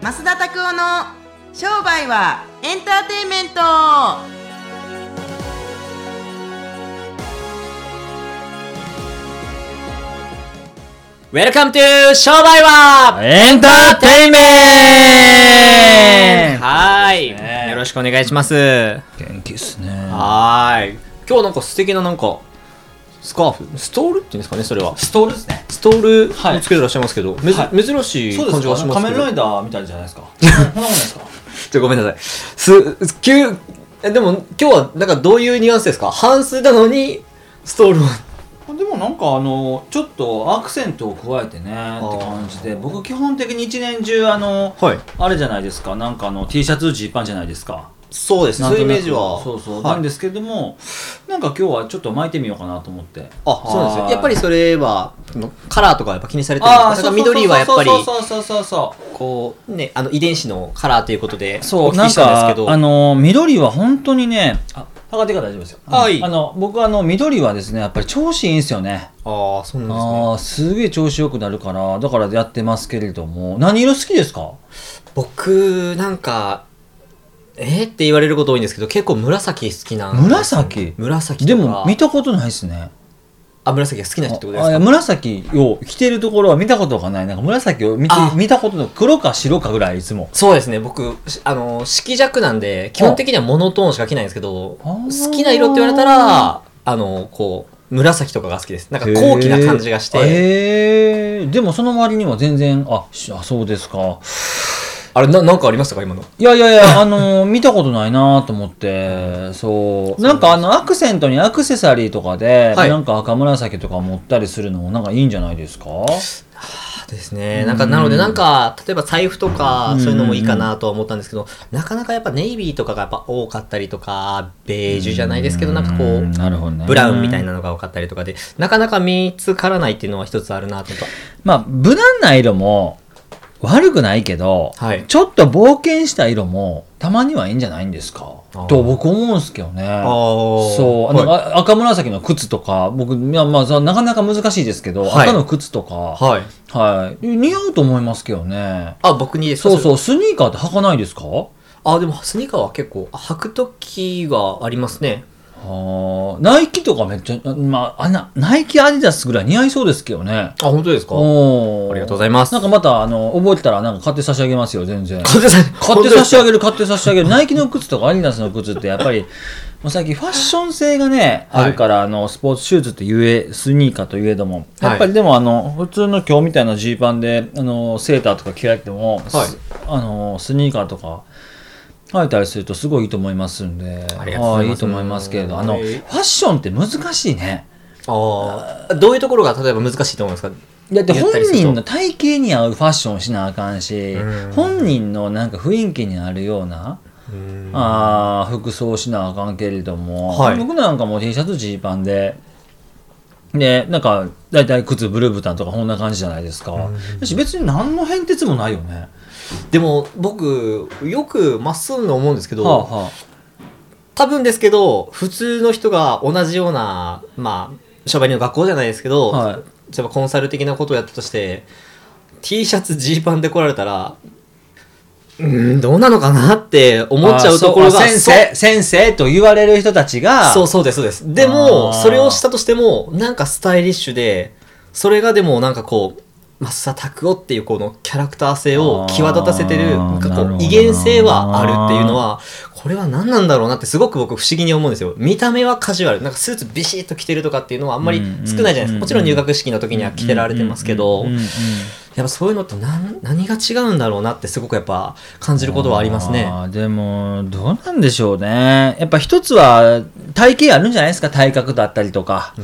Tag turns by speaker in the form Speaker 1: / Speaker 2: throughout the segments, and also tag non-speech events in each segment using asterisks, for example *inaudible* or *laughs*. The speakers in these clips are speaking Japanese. Speaker 1: 増田拓夫の商売はエンターテインメント
Speaker 2: ウェルカム to 商売は
Speaker 3: エンターテイメント
Speaker 2: はい、
Speaker 3: ね
Speaker 2: よろしくお願いします。は
Speaker 3: 元気っすね
Speaker 2: ーい。今日なんか素敵ななんか、スカーフ、ストールっていうんですかね、それは。
Speaker 3: ストールですね
Speaker 2: ストール
Speaker 3: はい
Speaker 2: をつけてらっしゃいますけど、めず
Speaker 3: はい
Speaker 2: 珍しい
Speaker 3: そうで
Speaker 2: 感じ
Speaker 3: す
Speaker 2: が
Speaker 3: か
Speaker 2: し
Speaker 3: なん
Speaker 2: ま
Speaker 3: か
Speaker 2: す
Speaker 3: 仮
Speaker 2: けど
Speaker 3: 面ラ。イダーみたいじゃないですか
Speaker 2: *laughs*
Speaker 3: そんなことないですか
Speaker 2: ちょ、ごめんなさい。す、急、え、でも今日はなんかどういうニュアンスですか半数なのに、ストールを。
Speaker 3: でもなんかあのちょっとアクセントを加えてねって感じで僕基本的に一年中あの、
Speaker 2: はい
Speaker 3: あれじゃないですかなんかあの T シャツジーパンじゃないですか
Speaker 2: そうです
Speaker 3: なん
Speaker 2: そう
Speaker 3: と
Speaker 2: いうイ
Speaker 3: なく
Speaker 2: メージは。
Speaker 3: そうそう、
Speaker 2: はい
Speaker 3: なんですけどもなんか今日はちょっと巻いてみようかなと思って
Speaker 2: あ、そうなんですよ。
Speaker 3: はい
Speaker 2: やっぱりそれは、のカラーとかやっぱ気にされてるんですかなんか緑はやっぱり、
Speaker 3: そうそうそうそうそう
Speaker 2: こう、ね、あの遺伝子のカラーということで、
Speaker 3: そう
Speaker 2: お聞
Speaker 3: な
Speaker 2: き
Speaker 3: ん
Speaker 2: したんです
Speaker 3: か
Speaker 2: けど。
Speaker 3: あの緑は本当にねあ測ってから大丈夫ですよ
Speaker 2: はい
Speaker 3: あの僕あの緑はですねやっぱり調子いいんですよね
Speaker 2: ああ、そうなんですね。
Speaker 3: あーすげえ調子よくなるからだからやってますけれども何色好きですか
Speaker 2: 僕、なんか、えーって言われること多いんですけど、結構紫好きな。
Speaker 3: 紫
Speaker 2: 紫
Speaker 3: で
Speaker 2: とか。
Speaker 3: も見たことないですね
Speaker 2: あ、紫が好きな人ってことで
Speaker 3: あいや
Speaker 2: すか
Speaker 3: 紫を着てるところは見たことがないなんか紫を見て
Speaker 2: あ
Speaker 3: 見たことの黒か白かぐらいいつも
Speaker 2: そうですね、僕、しあの、色弱なんで、基本的にはモノトーンしか着ないんですけど、
Speaker 3: あー
Speaker 2: 好きな色って言われたら、あの、こう、紫とかが好きです。なんか高貴な感じがして。
Speaker 3: えー、でもその割には全然あしあそうですか
Speaker 2: あれ、ななんかありましたか今の。
Speaker 3: いやいやいや、あ *laughs* のー見たことないなと思って、そう。なんかあの、アクセントにアクセサリーとかで、
Speaker 2: はい
Speaker 3: なんか赤紫とか持ったりするのも、なんかいいんじゃないですか
Speaker 2: ですね。なんか、なので、なんか、例えば財布とか
Speaker 3: う、ん
Speaker 2: そういうのもいいかなとは思ったんですけど、なかなかやっぱネイビーとかがやっぱ多かったりとか、ベージュじゃないですけど、なんかこう、
Speaker 3: んなるほどね。
Speaker 2: ブラウンみたい。なのが多かったりとかで、なかなか見つからないっていうのは一つあるなとか。
Speaker 3: まあ、無難な色も、悪くないけど、
Speaker 2: はい
Speaker 3: ちょっと冒険した色も、たまにはいいんじゃないんですか
Speaker 2: あー
Speaker 3: と僕思うんすけどね。そう、あの、
Speaker 2: は
Speaker 3: あ赤紫の靴とか、僕、いやまあ、そうなかなか難しいですけど、
Speaker 2: はい
Speaker 3: 赤の靴とか、
Speaker 2: はい。
Speaker 3: はい。似合うと思いますけどね。
Speaker 2: あ、僕にですか。
Speaker 3: そうそうう、スニーカーって履かないですか
Speaker 2: あ、でもスニーカーは結構、履くときがありますね。
Speaker 3: ああ、ナイキとかめっちゃ、まあ、あな、ナイキアディダスぐらい似合いそうですけどね。
Speaker 2: あ、本当ですかあ
Speaker 3: おー
Speaker 2: りがとうございます。
Speaker 3: なんかまた、あの、覚えてたら、なんか買って差し上げますよ、全然。
Speaker 2: 買ってさ、
Speaker 3: 買って差し上
Speaker 2: げ
Speaker 3: げる、買って差し上げる。ナイキの靴とかアディダスの靴って、やっぱり、もう最近ファッション性がね、
Speaker 2: はい
Speaker 3: あるから、あの、スポーツシューズとゆえ、スニーカーといえども、
Speaker 2: はい
Speaker 3: やっぱりでも、あの、普通の今日みたいなジーパンで、あの、セーターとか着られても、
Speaker 2: はい
Speaker 3: すあの、スニーカーとか、履いたりするとすごいいいと思いますんで、
Speaker 2: ありがとうございます
Speaker 3: はいいと思いますけれど、あの、
Speaker 2: は
Speaker 3: フ
Speaker 2: い
Speaker 3: ァッションって難しいね。
Speaker 2: ああ。どういうところが例えば難しいと思いますか
Speaker 3: だって本人の
Speaker 2: の
Speaker 3: 体型に合うファッションをしなあかんし
Speaker 2: うん、
Speaker 3: 本人のなんか雰囲気にあるような、あー服装しなあかんけれども、
Speaker 2: はい
Speaker 3: 僕なんかもう T シャツジーパンででなんか大体靴ブルブタンとかこんな感じじゃないですか、だし別に何の変哲もないよね、
Speaker 2: でも僕よくまっすぐの思うんですけど、
Speaker 3: はあは
Speaker 2: 多分ですけど普通の人が同じようなまあ商売人の学校じゃないですけ
Speaker 3: あ
Speaker 2: ど、
Speaker 3: はい、
Speaker 2: 例えばコンサル的なことをやったとして T シャツジーパンで来られたらうーんどうなのかなって思っちゃうところが
Speaker 3: あそうあ先生先生と言われる人たちが
Speaker 2: そうそうですそうですでも
Speaker 3: あー
Speaker 2: それをしたとしてもなんかスタイリッシュでそれがでもなんかこう増田拓夫っていうこのキャラクター性を際立たせてる
Speaker 3: あー
Speaker 2: なんか
Speaker 3: なる
Speaker 2: こ
Speaker 3: ほど
Speaker 2: う
Speaker 3: な
Speaker 2: 威厳性はあるっていうのはこれは何なんだろうなってすごく僕不思議に思うんですよ見た目はカジュアルなんかスーツビシッと着てるとかっていうのはあんまり少ないじゃないです
Speaker 3: うんうんう
Speaker 2: か
Speaker 3: んうん
Speaker 2: もちろん入学式の時には着てられてますけど
Speaker 3: うんうんうんうん
Speaker 2: やっぱそういうのと何何が違うんだろうなってすごくやっぱ感じることはありますね
Speaker 3: あーでもどうなんでしょうねやっぱ一つは体型あるんじゃないですか体格だったりとか、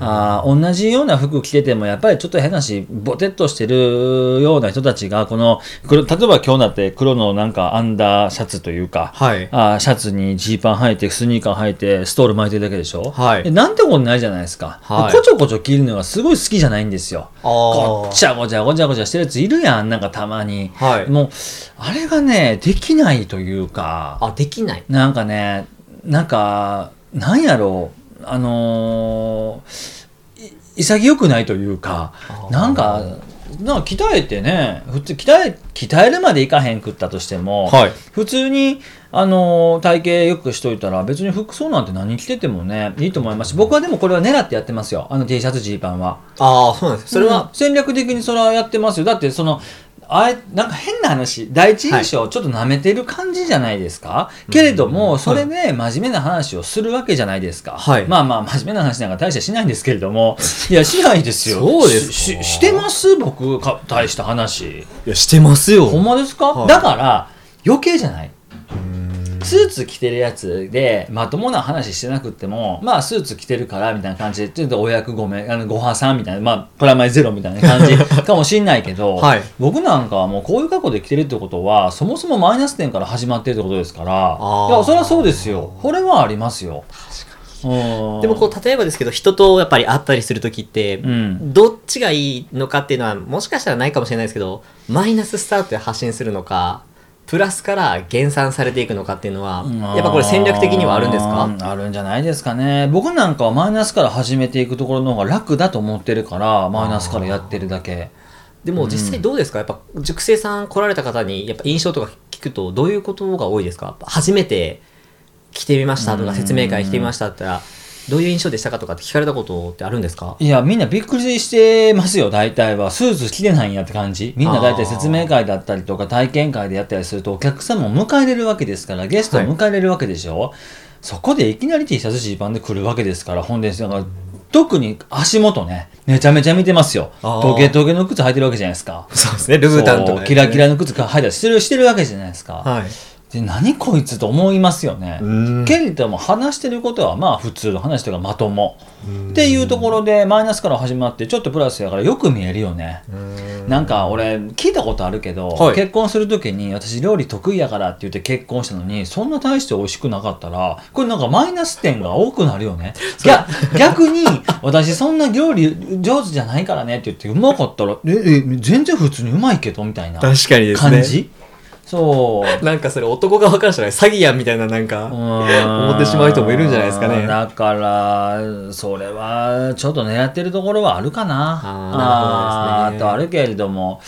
Speaker 3: あー同じような服着ててもやっぱりちょっと変なしボテッとしてるような人たちがこの黒例えば今日だって黒のなんかアンダーシャツというか、
Speaker 2: はい
Speaker 3: あーシャツにジーパン履いてスニーカー履いてストール巻いてるだけでしょ、
Speaker 2: はい
Speaker 3: でなんてことないじゃないですか、
Speaker 2: はい
Speaker 3: こちょこちょ着るのがすごい好きじゃないんですよ
Speaker 2: あー
Speaker 3: ごっちゃごちゃごちゃごちゃしてるやついるやんなんかたまに、
Speaker 2: はい
Speaker 3: もうあれがねできないというか
Speaker 2: あできない
Speaker 3: なんかねなんかなんやろうあのーい潔くないというかなんかなんか鍛えてね普通鍛え鍛えるまでいかへんくったとしても、
Speaker 2: はい
Speaker 3: 普通にあの体型よくしといたら別に服装なんて何着ててもねいいと思いますし僕はでもこれは狙ってやってますよあの T シャツジーパンは。
Speaker 2: ああ、そうなんです。それ
Speaker 3: うん
Speaker 2: は、
Speaker 3: 戦略的にそれはやってますよだってそのあえなんか変な話第一印象をちょっと舐めてる感じじゃないですか、けれども、それで、真面目な話をするわけじゃないですか、
Speaker 2: はい
Speaker 3: まあまあ真面目な話なんか大してしないんですけれど *laughs* もいやしないですよ
Speaker 2: そうですか
Speaker 3: しししてます僕か大した話
Speaker 2: いや、してますよ。
Speaker 3: ほんまですか、
Speaker 2: はい
Speaker 3: だから余計じゃないスーツ着てるやつでまともな話してなくってもまあスーツ着てるからみたいな感じでちょっとお役ごめんあのご破さんみたいなまあプラマイゼロみたいな
Speaker 2: *laughs*
Speaker 3: 感じかもしんないけど、
Speaker 2: はい
Speaker 3: 僕なんかはもうこういう過去で着てるってことはそもそもマイナス点から始まってるってことですから
Speaker 2: あー
Speaker 3: いやそれはそうですよこれはありますようん
Speaker 2: でもこう、例えばですけど、人とやっぱり会ったりするときって、
Speaker 3: うん
Speaker 2: どっちがいいのかっていうのは、もしかしたらないかもしれないですけど、マイナススタートで発信するのか、プラスから減産されていくのかっていうのは、やっぱこれ戦略的にはあるんです
Speaker 3: う
Speaker 2: か
Speaker 3: んあるんじゃないですかね僕なんかはマイナスから始めていくところの方が楽だと思ってるからマイナスからやってるだけ
Speaker 2: でも実際どうですかやっぱ熟成さん来られた方に、やっぱ印象とか聞くと、どういうことが多いですかやっぱ初めて来てみましたとか、説明会来てみましたって言ったら、どういう印象でしたかとかって聞かれたことってあるんですか
Speaker 3: いやみんなびっくりしてますよ大体はスーツ着てないんやって感じみんな大体説明会だったりとか体験会でやったりするとお客様を迎え入れるわけですからゲストを迎え入れるわけでしょ、そこでいきなり T シャツジーパンで来るわけですから本ですだから特に足元ねめちゃめちゃ見てますよ
Speaker 2: あー
Speaker 3: トゲトゲの靴履いてるわけじゃないですか
Speaker 2: そうですね、ルブタンとか、
Speaker 3: そうキラキラの靴履いたりしてるしてるわけじゃないですか、
Speaker 2: はい。
Speaker 3: で何こいつと思いますよね
Speaker 2: うん
Speaker 3: けれども話してることはまあ普通の話というかまともっていうところでマイナスから始まってちょっとプラスやからよく見えるよねなんか俺聞いたことあるけど、
Speaker 2: はい
Speaker 3: 結婚する時に私料理得意やからって言って結婚したのにそんな大して美味しくなかったらこれなんかマイナス点が多くなるよ
Speaker 2: *laughs*
Speaker 3: ねいや逆に私そんな料理上手じゃないからねって言ってうまかったらええ全然普通にうまいけどみたいな感じ
Speaker 2: 確かにですね。
Speaker 3: そう
Speaker 2: なんかそれ男側からしたら詐欺やんみたいななん *laughs* か、
Speaker 3: 思
Speaker 2: ってしまう人もいるんじゃないですかね
Speaker 3: だから、それは、ちょっと狙ってるところはあるかな。
Speaker 2: あーなるほどですね
Speaker 3: あーとあるけれども、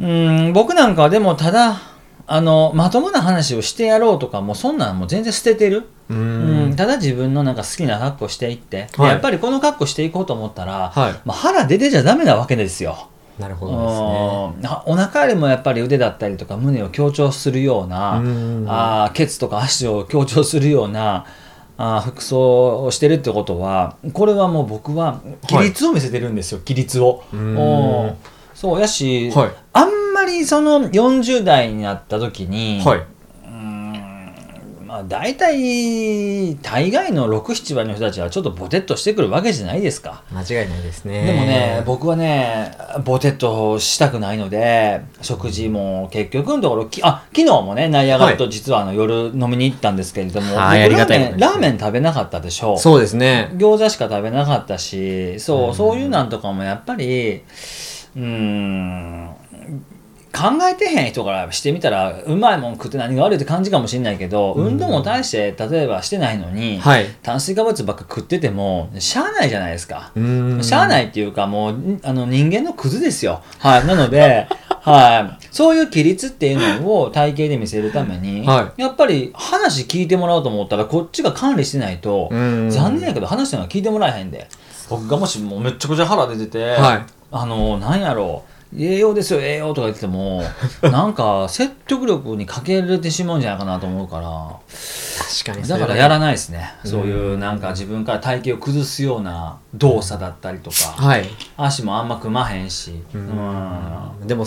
Speaker 3: うん、僕なんかはでも、ただ、あの、まともな話をしてやろうとか、もうそんなんもう全然捨ててる。
Speaker 2: う
Speaker 3: うん、ただ自分のなんか好きな格好していって、で
Speaker 2: はい
Speaker 3: やっぱりこの格好していこうと思ったら、
Speaker 2: はい
Speaker 3: まあ腹出てちゃダメなわけですよ。
Speaker 2: なるほどですね。
Speaker 3: うんあお腹よりもやっぱり腕だったりとか胸を強調するよう
Speaker 2: う
Speaker 3: な
Speaker 2: ん
Speaker 3: あーケツとか足を強調するようなあー服装をしてるってことはこれはもう僕は規律を見せてるんですよ、規律を。
Speaker 2: ん
Speaker 3: うんそうやし、
Speaker 2: はい
Speaker 3: あんまりその40代になった時に、
Speaker 2: はい。
Speaker 3: まあ、大体大概の67割の人たちはちょっとボテッとしてくるわけじゃないですか。
Speaker 2: 間違いないですね。
Speaker 3: でもね、僕はね、ボテッとしたくないので、食事も結局のところ、きあ昨日もね、ナイアガラと実はあの夜飲みに行ったんですけれども、僕
Speaker 2: はいあり
Speaker 3: ラ
Speaker 2: が
Speaker 3: ー
Speaker 2: たいこ
Speaker 3: メ
Speaker 2: とで
Speaker 3: ン
Speaker 2: すね
Speaker 3: ラーメン食べなかったでしょ
Speaker 2: そうですね。
Speaker 3: 餃子しか食べなかったし、そう、そういうなんとかもやっぱり、うーん、考えてへん人からしてみたら、うまいもん食って何が悪いって感じかもしれないけど、運動も大して、例えばしてないのに、
Speaker 2: はい。
Speaker 3: 炭水化物ばっか食ってても、しゃあないじゃないですか。
Speaker 2: うん
Speaker 3: しゃあないっていうか、もう、んあの、人間のクズですよ。はい。な
Speaker 2: *laughs*
Speaker 3: ので、はい。そういう規律っていうのを体型で見せるために、
Speaker 2: は
Speaker 3: やっぱり話聞いてもらおうと思ったら、こっちが管理してないと、
Speaker 2: うん
Speaker 3: 残念やけど話してるのは聞いてもらえへんで。僕がもしもうめっちゃくちゃ腹出てて、
Speaker 2: はい
Speaker 3: あの、なんやろう、栄養ですよ、栄養とか言って
Speaker 2: *laughs*
Speaker 3: ても、なんか、説得力に欠けれてしまうんじゃないかなと思うから。
Speaker 2: 確かに
Speaker 3: だからや
Speaker 2: ら
Speaker 3: らないですね、そういうなんか自分から体型を崩すような動作だったりとか、
Speaker 2: はい。
Speaker 3: 足もあんま組まへんし、うん
Speaker 2: でも、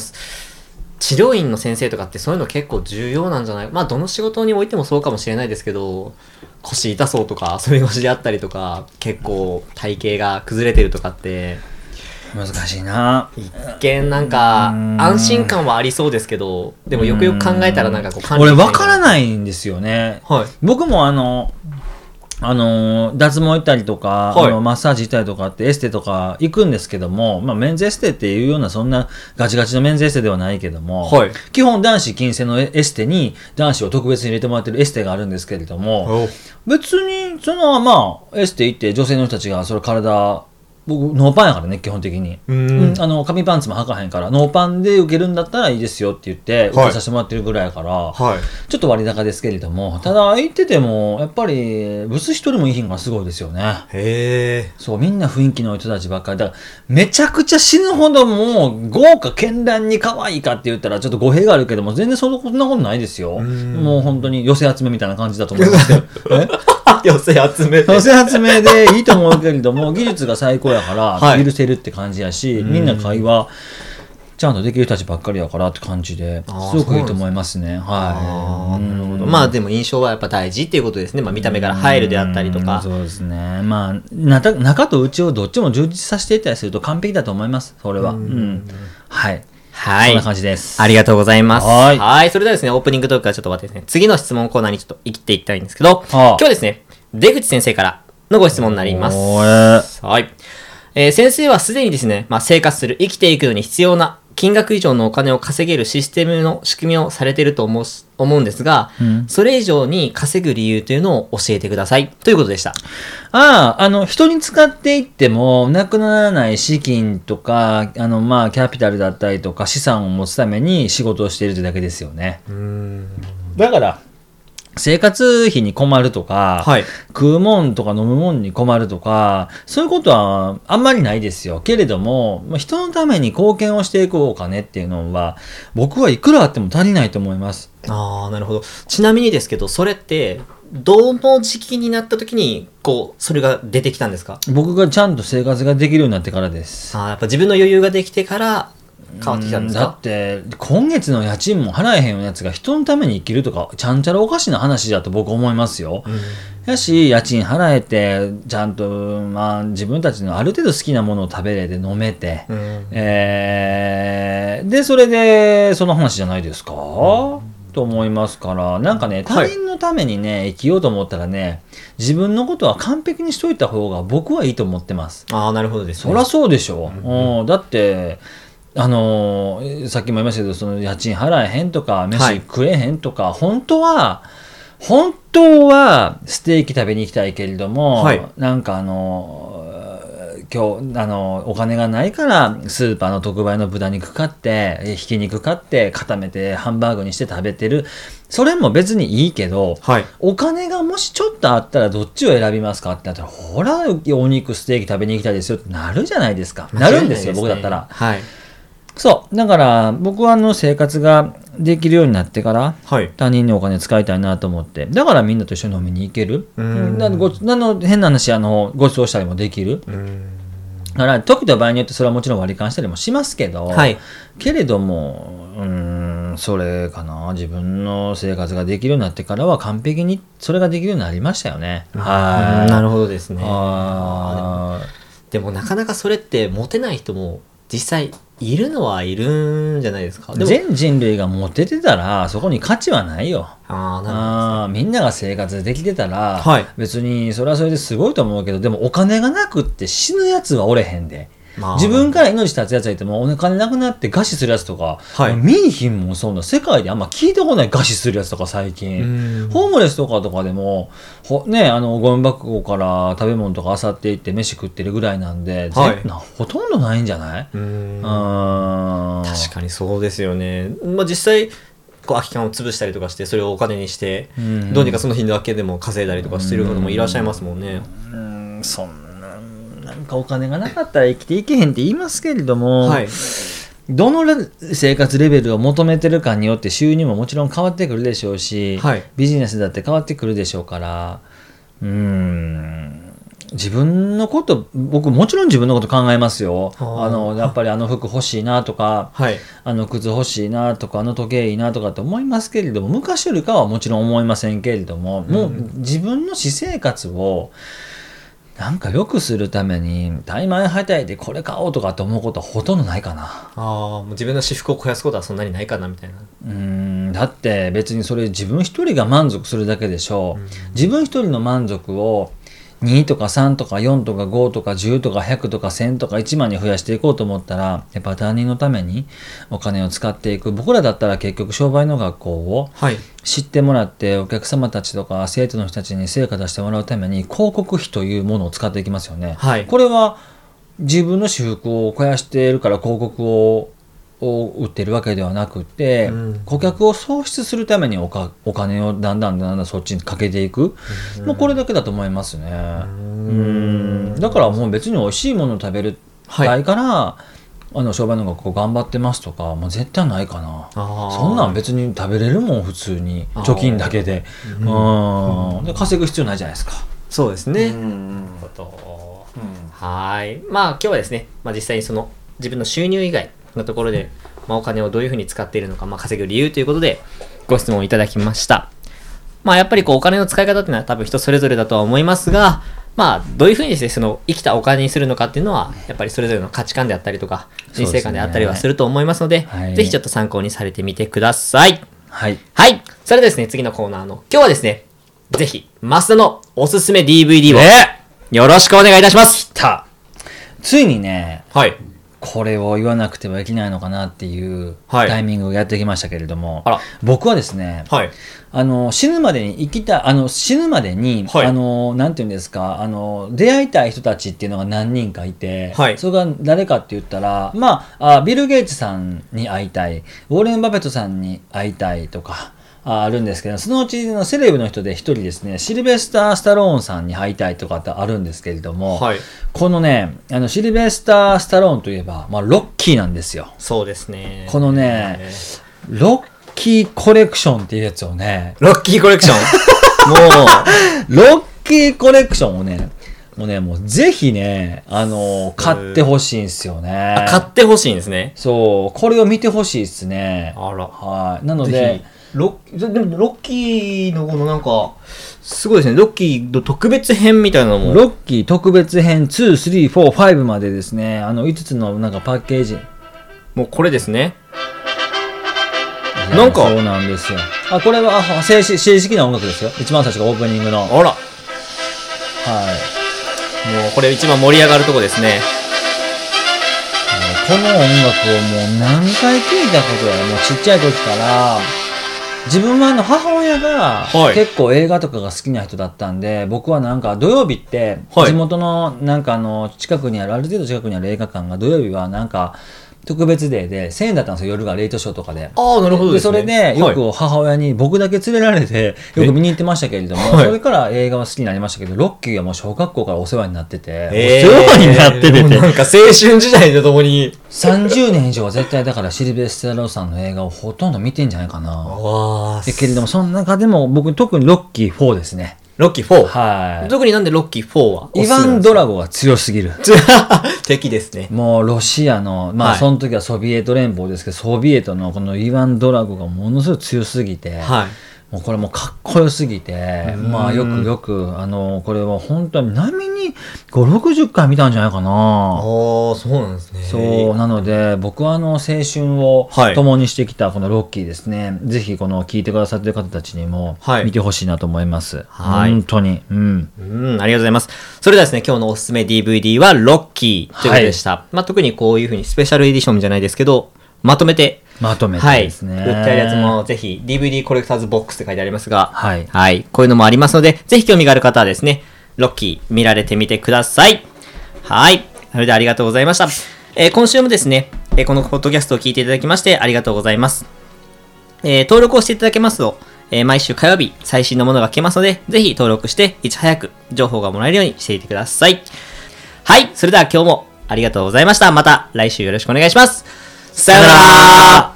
Speaker 2: 治療院の先生とかってそういうの結構重要なんじゃないまあ、どの仕事においてもそうかもしれないですけど、腰痛そうとか、遊び腰であったりとか、結構体型が崩れてるとかって、
Speaker 3: 難しいな
Speaker 2: 一見なんか
Speaker 3: うん
Speaker 2: 安心感はありそうですけどでもよくよく考えたらなんかこう管理
Speaker 3: 俺分から
Speaker 2: ない
Speaker 3: ないんですよね
Speaker 2: はい
Speaker 3: 僕もあのあの脱毛行ったりとか、
Speaker 2: はい
Speaker 3: あのマッサージ行ったりとかってエステとか行くんですけども、まあ、メンズエステっていうようなそんなガチガチのメンズエステではないけども、
Speaker 2: はい
Speaker 3: 基本男子禁制のエステに男子を特別に入れてもらってるエステがあるんですけれども、別にそのまあエステ行って女性の人たちがそれ体僕ノーパンやからね基本的に、
Speaker 2: うん
Speaker 3: うんあの紙パンツも履かへんからノーパンで受けるんだったらいいですよって言って受けさせてもらってるぐらいやから、
Speaker 2: はい。
Speaker 3: ちょっと割高ですけれどもただ行っててもやっぱりブス一人もいい品がすごいですよね
Speaker 2: へ
Speaker 3: そうみんな雰囲気のいい人たちばっかりだからめちゃくちゃ死ぬほどもう豪華絢爛に可愛いかって言ったらちょっと語弊があるけども全然そんなことないですよ
Speaker 2: ん
Speaker 3: もう本当に寄せ集めみたいな感じだと思いま
Speaker 2: *laughs*
Speaker 3: すけどえ
Speaker 2: え。 *laughs* 寄せ集めて
Speaker 3: 寄。せ集めでいいと思うけれども技術が最高やか
Speaker 2: は
Speaker 3: ら
Speaker 2: い
Speaker 3: 許せるって感じやし、みんな会話ちゃんとできる人たちばっかりやからって感じで
Speaker 2: あー
Speaker 3: すごくいいと思いますね
Speaker 2: あー
Speaker 3: はい
Speaker 2: なるほど。まあでも印象はやっぱ大事っていうことですね。まあ見た目から入るであったりと
Speaker 3: うん
Speaker 2: か。
Speaker 3: そうですねまあなた中と内をどっちも充実させていったりすると完璧だと思いますそれはうんはい
Speaker 2: は
Speaker 3: こん
Speaker 2: い
Speaker 3: な。感じです
Speaker 2: ありがとうございます。
Speaker 3: はーい
Speaker 2: それではですね、オープニングトークからちょっと待ってですね、次の質問コーナーにちょっと生きていきたいんですけど、今日はですね、出口先生からのご質問になります。
Speaker 3: おー
Speaker 2: はい。えー先生はすでにですね、まあ、生活する、生きていくのに必要な金額以上のお金を稼げるシステムの仕組みをされていると思うし思うんですが、
Speaker 3: うん
Speaker 2: それ以上に稼ぐ理由というのを教えてください。ということでした。
Speaker 3: ああ、あの、人に使っていっても、なくならない資金とか、あの、まあ、キャピタルだったりとか、資産を持つために仕事をしているというだけですよね。だから、生活費に困るとか、
Speaker 2: はい
Speaker 3: 食うもんとか飲むもんに困るとか、そういうことはあんまりないですよ。けれども、まあ人のために貢献をしていくお金っていうのは、僕はいくらあっても足りないと思います。
Speaker 2: ああ、なるほど。ちなみにですけど、それって、どの時期になった時に、こう、それが出てきたんですか
Speaker 3: 僕がちゃんと生活ができるようになってからです。
Speaker 2: ああ、やっぱ自分の余裕ができてから変わってきたんです
Speaker 3: だ
Speaker 2: か
Speaker 3: って今月の家賃も払えへんようなやつが人のために生きるとかちゃんちゃらおかしな話だと僕思いますよ。やし家賃払えてちゃんと、まあ、自分たちのある程度好きなものを食べれて飲めて、
Speaker 2: うん
Speaker 3: えーでそれでその話じゃないですか、と思いますからなんかね他
Speaker 2: はい
Speaker 3: 人のためにね、生きようと思ったらね自分のことは完璧にしといた方が僕はいいと思ってます。
Speaker 2: ああ、なるほどです、ね。
Speaker 3: そりゃそうでしょ、うんだってあのーさっきも言いましたけどその家賃払えへんとか
Speaker 2: は
Speaker 3: 飯
Speaker 2: い
Speaker 3: 食えへんとか、本当は本当はステーキ食べに行きたいけれども、
Speaker 2: はい
Speaker 3: なんかあのー今日あのーお金がないからスーパーの特売の豚肉買ってえひき肉買って固めてハンバーグにして食べてるそれも別にいいけど、
Speaker 2: はい。
Speaker 3: お金がもしちょっとあったらどっちを選びますかってなったら、ほら、お肉、ステーキ食べに行きたいですよってなるじゃないですか。なるんですよ、僕だったら。
Speaker 2: はい。
Speaker 3: そう。だから、僕はあの生活ができるようになってから、
Speaker 2: はい。
Speaker 3: 他人にお金使いたいなと思って。だからみんなと一緒に飲みに行ける。
Speaker 2: うん
Speaker 3: なごなの変な話、あの、ご馳走したりもできる。だから、時と場合によってそれはもちろん割り勘したりもしますけど、
Speaker 2: はい
Speaker 3: けれども、うーん、それかな。自分の生活ができるようになってからは完璧にそれができるようになりましたよね。はい。
Speaker 2: なるほどですね。
Speaker 3: あ
Speaker 2: でもなかなかそれってモテない人も実際いるのはいるんじゃないですか。
Speaker 3: ー
Speaker 2: でも
Speaker 3: 全人類がモテてたら、そこに価値はないよ。
Speaker 2: ああ、なるほど。
Speaker 3: あーみんなが生活できてたら、
Speaker 2: はい
Speaker 3: 別にそれはそれですごいと思うけどでもお金がなくって死ぬやつはおれへんで
Speaker 2: まあ
Speaker 3: 自分から命絶つやつはいてもお金なくなって餓死するやつとか、
Speaker 2: はい
Speaker 3: 見いひんもんそんな世界であんま聞いたことない餓死するやつとか最
Speaker 2: う
Speaker 3: 近
Speaker 2: ん
Speaker 3: ホームレスとかとかでもほ、ね、あのゴミ箱から食べ物とか漁っていって飯食ってるぐらいなんで、
Speaker 2: はい
Speaker 3: ぜなほとんどないんじゃないう
Speaker 2: ーん
Speaker 3: 確
Speaker 2: 確かにそうですよね。まあ実際、こう空き缶を潰したりとかして、それをお金にして
Speaker 3: ん、
Speaker 2: どうにかその日だけでも稼いだりとかしてる方もいらっしゃいますもんね。
Speaker 3: うーんそんななんかお金がなかったら生きていけへんって言いますけれども、
Speaker 2: はい。
Speaker 3: どのレ生活レベルを求めてるかによって収入ももちろん変わってくるでしょうし、
Speaker 2: はい
Speaker 3: ビジネスだって変わってくるでしょうからうーん自分のこと僕もちろん自分のこと考えますよ
Speaker 2: あー
Speaker 3: あのやっぱりあの服欲しいなとか
Speaker 2: はい。
Speaker 3: あの靴欲しいなとかあの時計いいなとかって思いますけれども昔よりかはもちろん思いませんけれども、もう自分の私生活をなんか良くするために大枚はたいでこれ買おうとかって思うことはほとんどないかな。
Speaker 2: ああ、もう自分の私服を肥やすことはそんなにないかな、みたいな。
Speaker 3: うーんだって別にそれ自分一人が満足するだけでしょう、自分一人の満足を2とか3とか4とか5とか10とか100とか1000とか1万に増やしていこうと思ったらやっぱ他人のためにお金を使っていく僕らだったら結局商売の学校を
Speaker 2: はい。
Speaker 3: 知ってもらってお客様たちとか生徒の人たちに成果出してもらうために広告費というものを使っていきますよね。
Speaker 2: はい
Speaker 3: これは自分の私服を肥やしてるから広告をを売ってるわけではなくて、
Speaker 2: うん
Speaker 3: 顧客を創出するためにおかお金をだんだんだんだんそっちにかけていく、もうこれだけだと思いますね。
Speaker 2: ん
Speaker 3: うんだからもう別に美味しいものを食べる
Speaker 2: はい
Speaker 3: たいから、あの商売の学校頑張ってますとかもう絶対ないかな。
Speaker 2: あー
Speaker 3: そんなん別に食べれるもん普通に
Speaker 2: あー
Speaker 3: 貯金だけで,、うんで稼ぐ必要ないじゃないですか。
Speaker 2: そうですね。
Speaker 3: うんうん
Speaker 2: ことはーい。まあ今日はですね、まあ実際にその自分の収入以外のところで、まあお金をどういうふうに使っているのか、まあ稼ぐ理由ということでご質問をいただきました。まあやっぱりこうお金の使い方っていうのは多分人それぞれだとは思いますが、まあどういうふうにしてその生きたお金にするのかっていうのは、やっぱりそれぞれの価値観であったりとか、人生観であったりはすると思いますので、
Speaker 3: そうですね
Speaker 2: ぜひちょっと参考にされてみてください。
Speaker 3: はい
Speaker 2: はい。それではですね、次のコーナーの、今日はですね、ぜひ、マスダのおすすめ DVD を、よろしくお願いいたします。
Speaker 3: たついにね
Speaker 2: はい。
Speaker 3: これを言わなくてはいけないのかなっていう
Speaker 2: はい
Speaker 3: タイミングをやってきましたけれども、
Speaker 2: あら
Speaker 3: 僕はですね、
Speaker 2: はい。
Speaker 3: あの死ぬまでに生きたあの死ぬまでに、
Speaker 2: はい
Speaker 3: あのなんていうんですかあの出会いたい人たちっていうのが何人かいて、
Speaker 2: はい
Speaker 3: それが誰かって言ったら、まあ、あビル・ゲイツさんに会いたいウォーレン・バフェットさんに会いたいとか。ああるんですけどそのうちのセレブの人で一人ですねシルベスター・スタローンさんに会いたいとかってあるんですけれども、
Speaker 2: はい。
Speaker 3: このねあのシルベスター・スタローンといえば、まあ、ロッキーなんですよ
Speaker 2: そうですね。
Speaker 3: このねロッキーコレクションっていうやつをね
Speaker 2: ロッキーコレクショ *laughs* ン。もう、
Speaker 3: ロッキーコレクションをね、もうね、もうぜひね、あのー買ってほしいんですよね。
Speaker 2: 買ってほしいんですね。
Speaker 3: そう、これを見てほしいですね。
Speaker 2: あら。
Speaker 3: はい。なの
Speaker 2: ぜ
Speaker 3: で
Speaker 2: ひ、ロッでもロッキーのこのなんか、すごいですね。ロッキーの特別編みたいなのも。
Speaker 3: ロッキー特別編2、3、4、5までですね、あの5つのなんかパッケージ。
Speaker 2: もうこれですね。なんか
Speaker 3: そうなんですよ。あ、これはあ正式正式な音楽ですよ。一番最初がオープニングの。はい。
Speaker 2: あら。もうこれ一番盛り上がるとこですね。
Speaker 3: この音楽をもう何回聞いたことやもうちっちゃい時から自分はあの母親が
Speaker 2: はい
Speaker 3: 結構映画とかが好きな人だったんで、僕はなんか土曜日って
Speaker 2: はい
Speaker 3: 地元のなんかあの近くにあるある程度近くにある映画館が土曜日はなんか特別デーで1000円だったんですよ夜がレイトショーとかで。
Speaker 2: ああ、なるほど
Speaker 3: で
Speaker 2: です
Speaker 3: そ
Speaker 2: ね。
Speaker 3: れでよ
Speaker 2: はい
Speaker 3: く母親に僕だけ連れられてよく見に行ってましたけれども、
Speaker 2: はい
Speaker 3: それから映画は好きになりましたけどロッキーはもう小学校からお世話になってて、
Speaker 2: えー
Speaker 3: お世話になってて
Speaker 2: *laughs* もうなんか青春時代とともに。
Speaker 3: 30年以上は絶対だからシルベスタローさんの映画をほとんど見てんじゃないかな。
Speaker 2: わ
Speaker 3: えけれども、その中でも僕特にロッキー4ですね。
Speaker 2: ロッキー 4?
Speaker 3: は。
Speaker 2: 特になんでロッキー4はい
Speaker 3: イヴァン・ドラゴが強すぎる。
Speaker 2: 敵ですね。
Speaker 3: もうロシアの、ま
Speaker 2: は
Speaker 3: あ
Speaker 2: い
Speaker 3: その時はソビエト連邦ですけど、ソビエトのこのイヴァン・ドラゴがものすごく強すぎて、
Speaker 2: はい。
Speaker 3: もうこれもうかっこよすぎて、
Speaker 2: うん
Speaker 3: まあよくよく、あの、これは本当に波に5、60回見たんじゃないか
Speaker 2: あ
Speaker 3: な。
Speaker 2: あ、そうなんですね。
Speaker 3: そうなので僕はあの青春を
Speaker 2: はい
Speaker 3: 共にしてきたこのロッキーですね、ぜひこの聞いてくださってる方たちにも
Speaker 2: はい
Speaker 3: 見てほしいなと思います、
Speaker 2: はい
Speaker 3: 本当にうん
Speaker 2: うん、ありがとうございます。それではですね、今日のおすすめ DVD はロッキーということでした。まあ特にこういうふうにスペシャルエディションじゃないですけど、まとめて、
Speaker 3: まとめて
Speaker 2: はい。売
Speaker 3: で
Speaker 2: っ
Speaker 3: す
Speaker 2: て
Speaker 3: ね、
Speaker 2: あるやつもぜひ DVD コレクターズボックスって書いてありますが、
Speaker 3: はい
Speaker 2: はい。こういうのもありますので、ぜひ興味がある方はですね、ロッキー見られてみてください。はい。それではありがとうございました。えー今週もですね、えーこのポッドキャストを聞いていただきましてありがとうございます。えー登録をしていただけますと、えー毎週火曜日最新のものが聞けますので、ぜひ登録していち早く情報がもらえるようにしていてください。はい。それでは今日もありがとうございました。また来週よろしくお願いします。さようなら